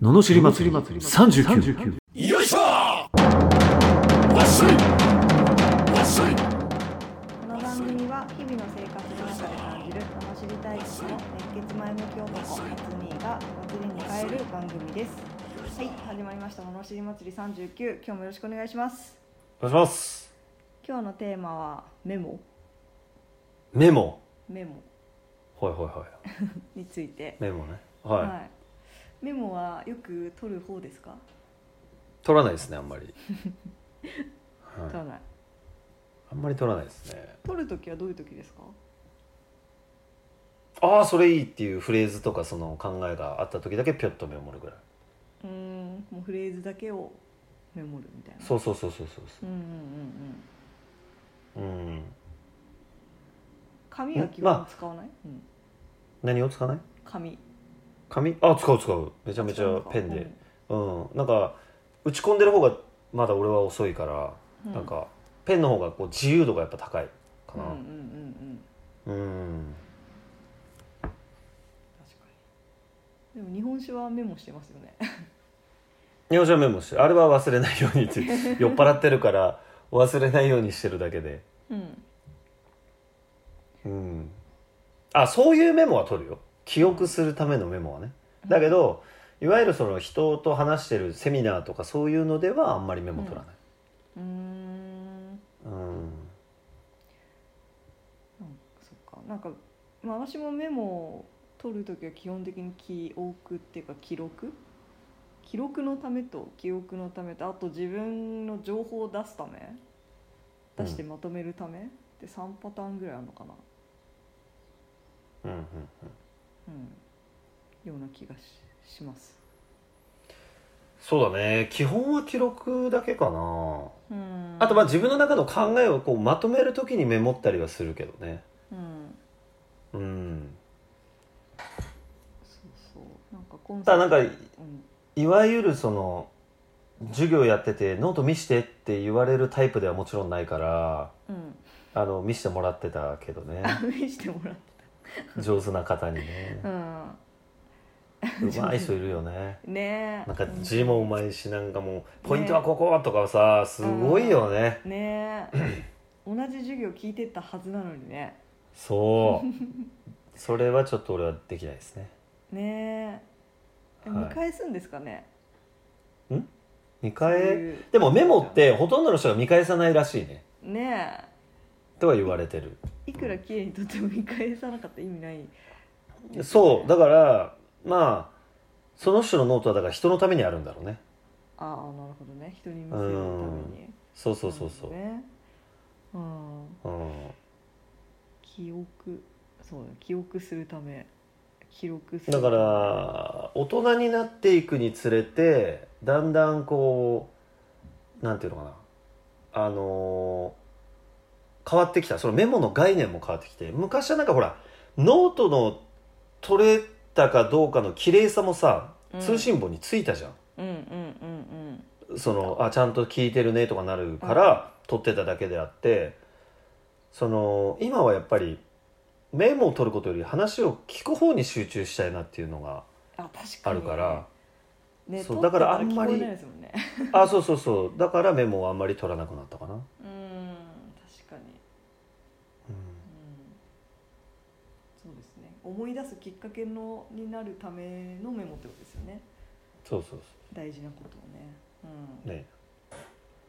ののしり祭り39よいしょわっしょいわっしょいこの番組は日々の生活の中で感じる楽しみたいことの熱血前向き男初兄が祭りに変える番組ですはい始まりました「ものしり祭り39」今日もよろしくお願いしますお願いします今日のテーマはメモメモメモはいはいはいについてメモねはい、いメモはよく取る方ですか取らないですねあんま り、取はい、らないあんまり取らないですね取る時はどういう時ですかああそれいいっていうフレーズとかその考えがあった時だけピョッとメモるぐらいうーんもうフレーズだけをメモるみたいなそうそうそうそうそううそんうんうんうんううん紙は基ま本あ使わない、うん、何を使わない紙紙あ使う使うめちゃめちゃペンでうん、なんか打ち込んでる方がまだ俺は遅いから、うなんかペンの方がこう自由度がやっぱ高いかうんうんうんなうんうん、確かにでも日本酒はメモしてますよね日本酒はメモしてあれは忘れないようにって酔っ払ってるから忘れないようにしてるだけでうんうんあそういうメモは取るよ記憶するためのメモはねだけどいわゆるその人と話してるセミナーとかそういうのではあんまりメモ取らないうーんなんかうん、そっかなんか、まあ、私もメモを取る時は基本的に記憶っていうか記録記録のためと記憶のためとあと自分の情報を出すため出してまとめるためって3パターンぐらいあるのかなうんうんうんような気がししますそうだね基本は記録だけかなうんあとまあ自分の中の考えをこうまとめるときにメモったりはするけどねうんうんそうそうなんかコンただなんかうんいわゆるその授業やっててノート見してって言われるタイプではもちろんないからうんあの見してもらってたけどね 見してもらっ上手な方に ねたうんうまい人いるよねねえなんか字もうまいしなんかもうポイントはここ、とかさすごいよね、ねえ同じ授業聞いてたはずなのにねそう それはちょっと俺はできないですねねええはい見返すんですかね、見そう返いうでもメモってほとんどの人が見返さないらしいねねとは言われてるえいくら綺麗にとっても見返さなかったら意味ないそうだからまあその人のノートはだから人のためにあるんだろうねああなるほどね人に見せるためにそうそうそうそう、なるほどねうんうん記憶そうだね記憶するため記録するだから大人になっていくにつれてだんだんこうなんていうのかなあのー変わってきたそのメモの概念も変わってきて昔はなんかほらノートの取れたかどうかの綺麗さもさうん通信簿についたじゃん、うんうんうんそのあちゃんと聞いてるねとかなるから取ってただけであってその今はやっぱりメモを取ることより話を聞く方に集中したいなっていうのがあ確かにあるから、ね、そう撮だからってたあんまり聞こえないですもんねあそうそうそうだからメモはあんまり取らなくなったかな、うん確かにうんそうですね思い出すきっかけのになるためのメモってことですよねそうそうそ大事なことをねううんね確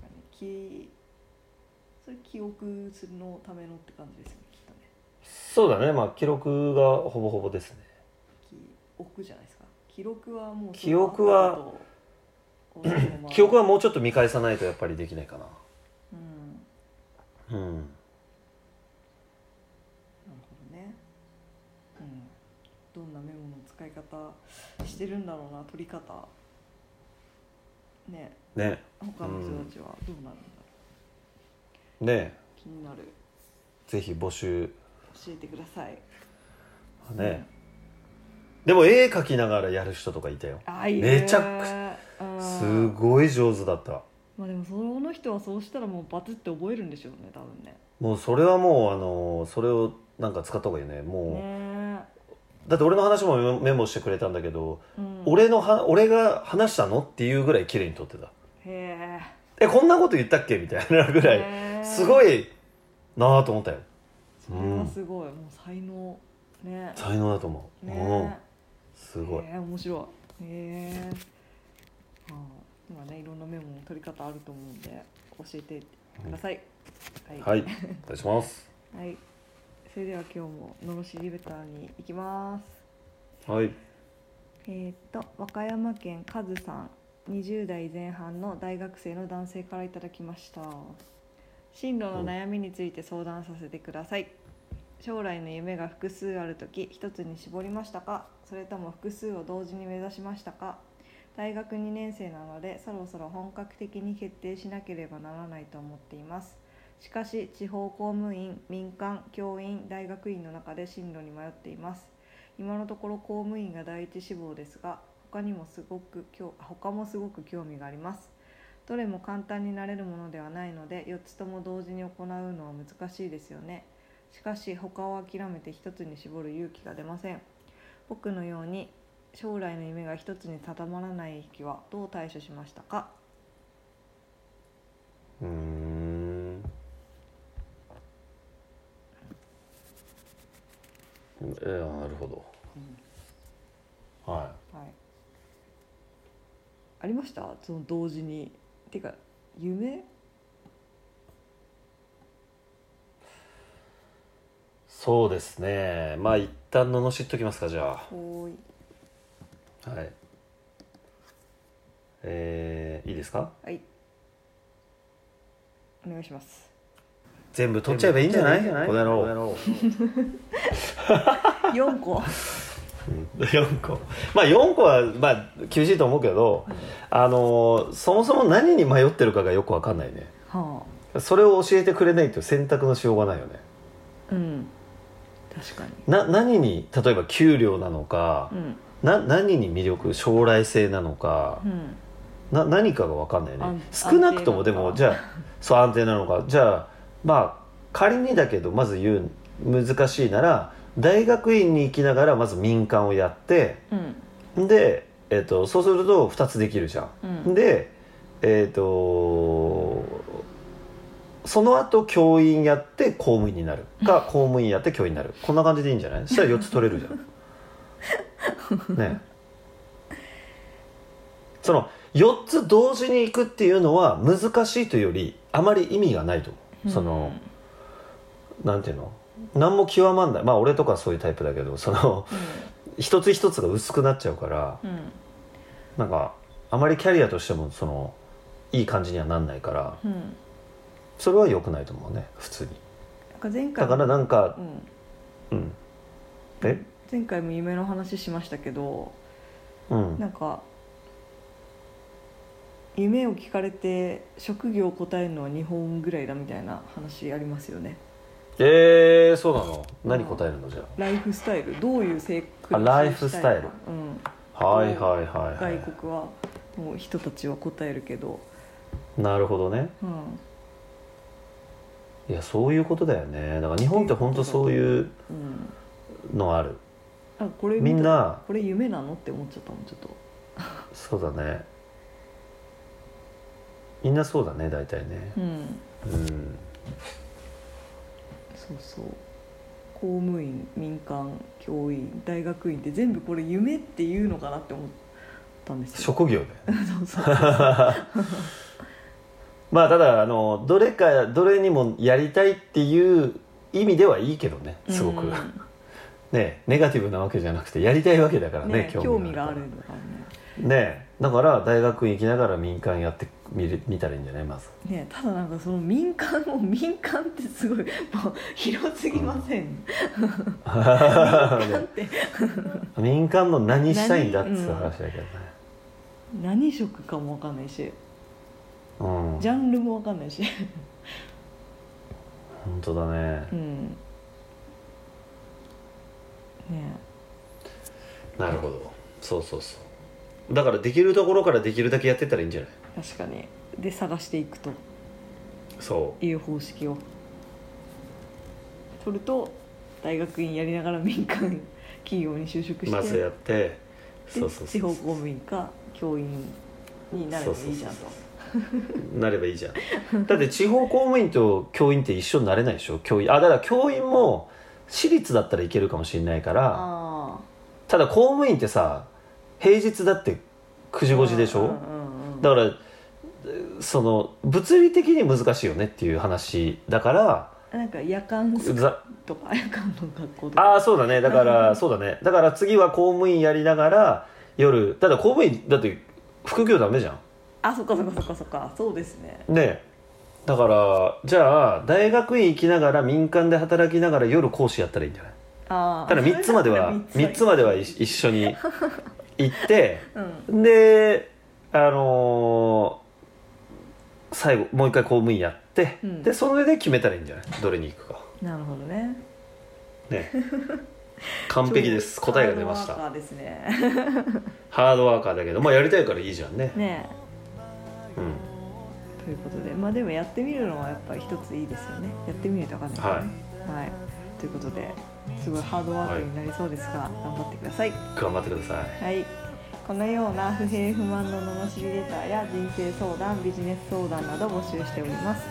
かにきそれ記憶するのためのって感じですよねきっとねそうだねまあ記録がほぼほぼですね記憶じゃないですか記録はもう記憶は記憶ははもうちょっと見返さないとやっぱりできないかうんななうんるほどねうんどんなメモの使い方してるんだろうな取り方ねね他の人たちはどうなるんだろねう、気になるぜひ募集教えてくださいね、でも絵描きながらやる人とかいたよあいいめちゃくすごい上手だったまあでもその人はそうしたらもうバツって覚えるんでしょうね多分ねもうそれはもうあのそれをなんか使った方がいいよねもうねだって俺の話もメモメモしてくれたんだけど、うん、俺のは俺が話したのっていうぐらい綺麗に撮ってたへえこんなこと言ったっけみたいなぐえらいへえすごいなあと思ったよそれはすごい、もう才能ね才能だと思う、うんねすごいへえ面白いへえああ今ねいろんなメモの取り方あると思うんで教えてください、はいお願いしますはい、それでは今日ものろしリベターに行きますはいえーっと和歌山県カズさん20代前半の大学生の男性からいただきました進路の悩みについて相談させてください将来の夢が複数ある時一つに絞りましたかそれとも複数を同時に目指しましたか大学2年生なのでそろそろ本格的に決定しなければならないと思っていますしかし地方公務員民間教員大学院の中で進路に迷っています今のところ公務員が第一志望ですが他にもすごく興他もすごく興味がありますどれも簡単になれるものではないので4つとも同時に行うのは難しいですよねしかし他を諦めて1つに絞る勇気が出ません僕のように将来の夢が1つに定まらない時はどう対処しましたかうーんえーなるほど、はいはいありましたその同時にてか夢そうですねまあ一旦罵っときますかじゃ多いあはいえー、いいですかはいお願いします全部取取っっちちゃゃえばえばいいいいんんじじゃないゃないこの野郎4個4個まあ4個はまあ厳しいと思うけど、あのーそもそも何に迷ってるかがよくわかんないねはそれを教えてくれないと選択のしようがないよねあうん確かにな何に例えば給料なのか、うんな何に魅力将来性なのかうんな何かが分かんないね安少なくともで安定なのもかじゃあそう安定なのかじゃあまあ仮にだけどまず言う難しいなら大学院に行きながらまず民間をやってうんで、えっとそうすると2つできるじゃん。うんでえっ、とその後教員やって公務員になるか公務員やって教員になるこんな感じでいいんじゃないそしたら4つ取れるじゃん。ねその4つ同時に行くっていうのは難しいというよりあまり意味がないと思う。その、なんていうの何も極まんないまあ俺とかそういうタイプだけどその一つ一つが薄くなっちゃうからうんうんなんかあまりキャリアとしてもそのいい感じにはなんないからうんそれは良くないと思うね普通になんか前だ回からもなんかうんうんえ前回も夢の話しましたけどうんなんか夢を聞かれて職業を答えるのは日本ぐらいだみたいな話ありますよねえー、そうなの何答えるのじゃライフスタイルどういう生活あライフスタイルをしたいかうんあはいはいはい、は外い、国はもう人たちは答えるけどなるほどねうんいやそういうことだよねだから日本って本当そういううんのあるあこれ見みたんなこれ夢なのって思っちゃったもんちょっとそうだねみんなそうだね大体ねうんうんそうそう公務員民間教員大学院って全部これ夢っていうのかなって思ったんですよ職業だよねそうそうそうまあただあのどれかどれにもやりたいっていう意味ではいいけどねすごく、うんねネガティブなわけじゃなくてやりたいわけだからねね興味があからるんだからねだから大学行きながら民間やってみる見たらいいんじゃないまずねねただなんかその民間も民間ってすごい もう広すぎません、だって 民間の何したいんだっていう話だけどね、何職かも分かんないしうんジャンルも分かんないし本当だねう、んねなるほどそうそうそうだからできるところからできるだけやってったらいいんじゃない確かにで探していくとそういう方式を取ると大学院やりながら民間企業に就職して、まずやってでそうそうそう地方公務員か教員になればいいじゃんとそうなればいいじゃんだって地方公務員と教員って一緒になれないでしょ教員あだから教員も私立だったらいけるかもしれないからあただ公務員ってさ平日だって9時ー5時でしょ、うんうんうんだからその物理的に難しいよねっていう話だからなんか夜間スクざとか 夜間の学校とかああそうだねだからそうだねだから次は公務員やりながら夜ただ公務員だって副業ダメじゃんあそっかそっかそっかそっかそうですねねだからじゃあ大学院行きながら民間で働きながら夜講師やったらいいんじゃないああただ3つまでは3つまでは一一緒に行ってうんであのー最後もう一回公務員やって、うんでそれで決めたらいいんじゃないどれに行くかなるほどねね完璧です答えが出ましハードワたーカーですね ハードワーカーだけどまあやりたいからいいじゃんねねうんえということでまあでもやってみるのはやっぱり一ついいですよねやってみると分かんないからねはい、ということですごいハードワークになりそうですが、頑張ってください頑張ってくださいはい。このような不平不満の罵りレターや人生相談、ビジネス相談など募集しております。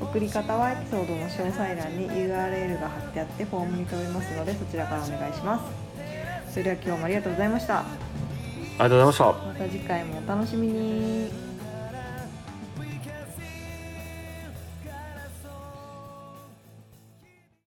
送り方はエピソードの詳細欄に URL が貼ってあってフォームに飛びますのでそちらからお願いします。それでは今日もありがとうございました。ありがとうございましたまた次回もお楽しみに。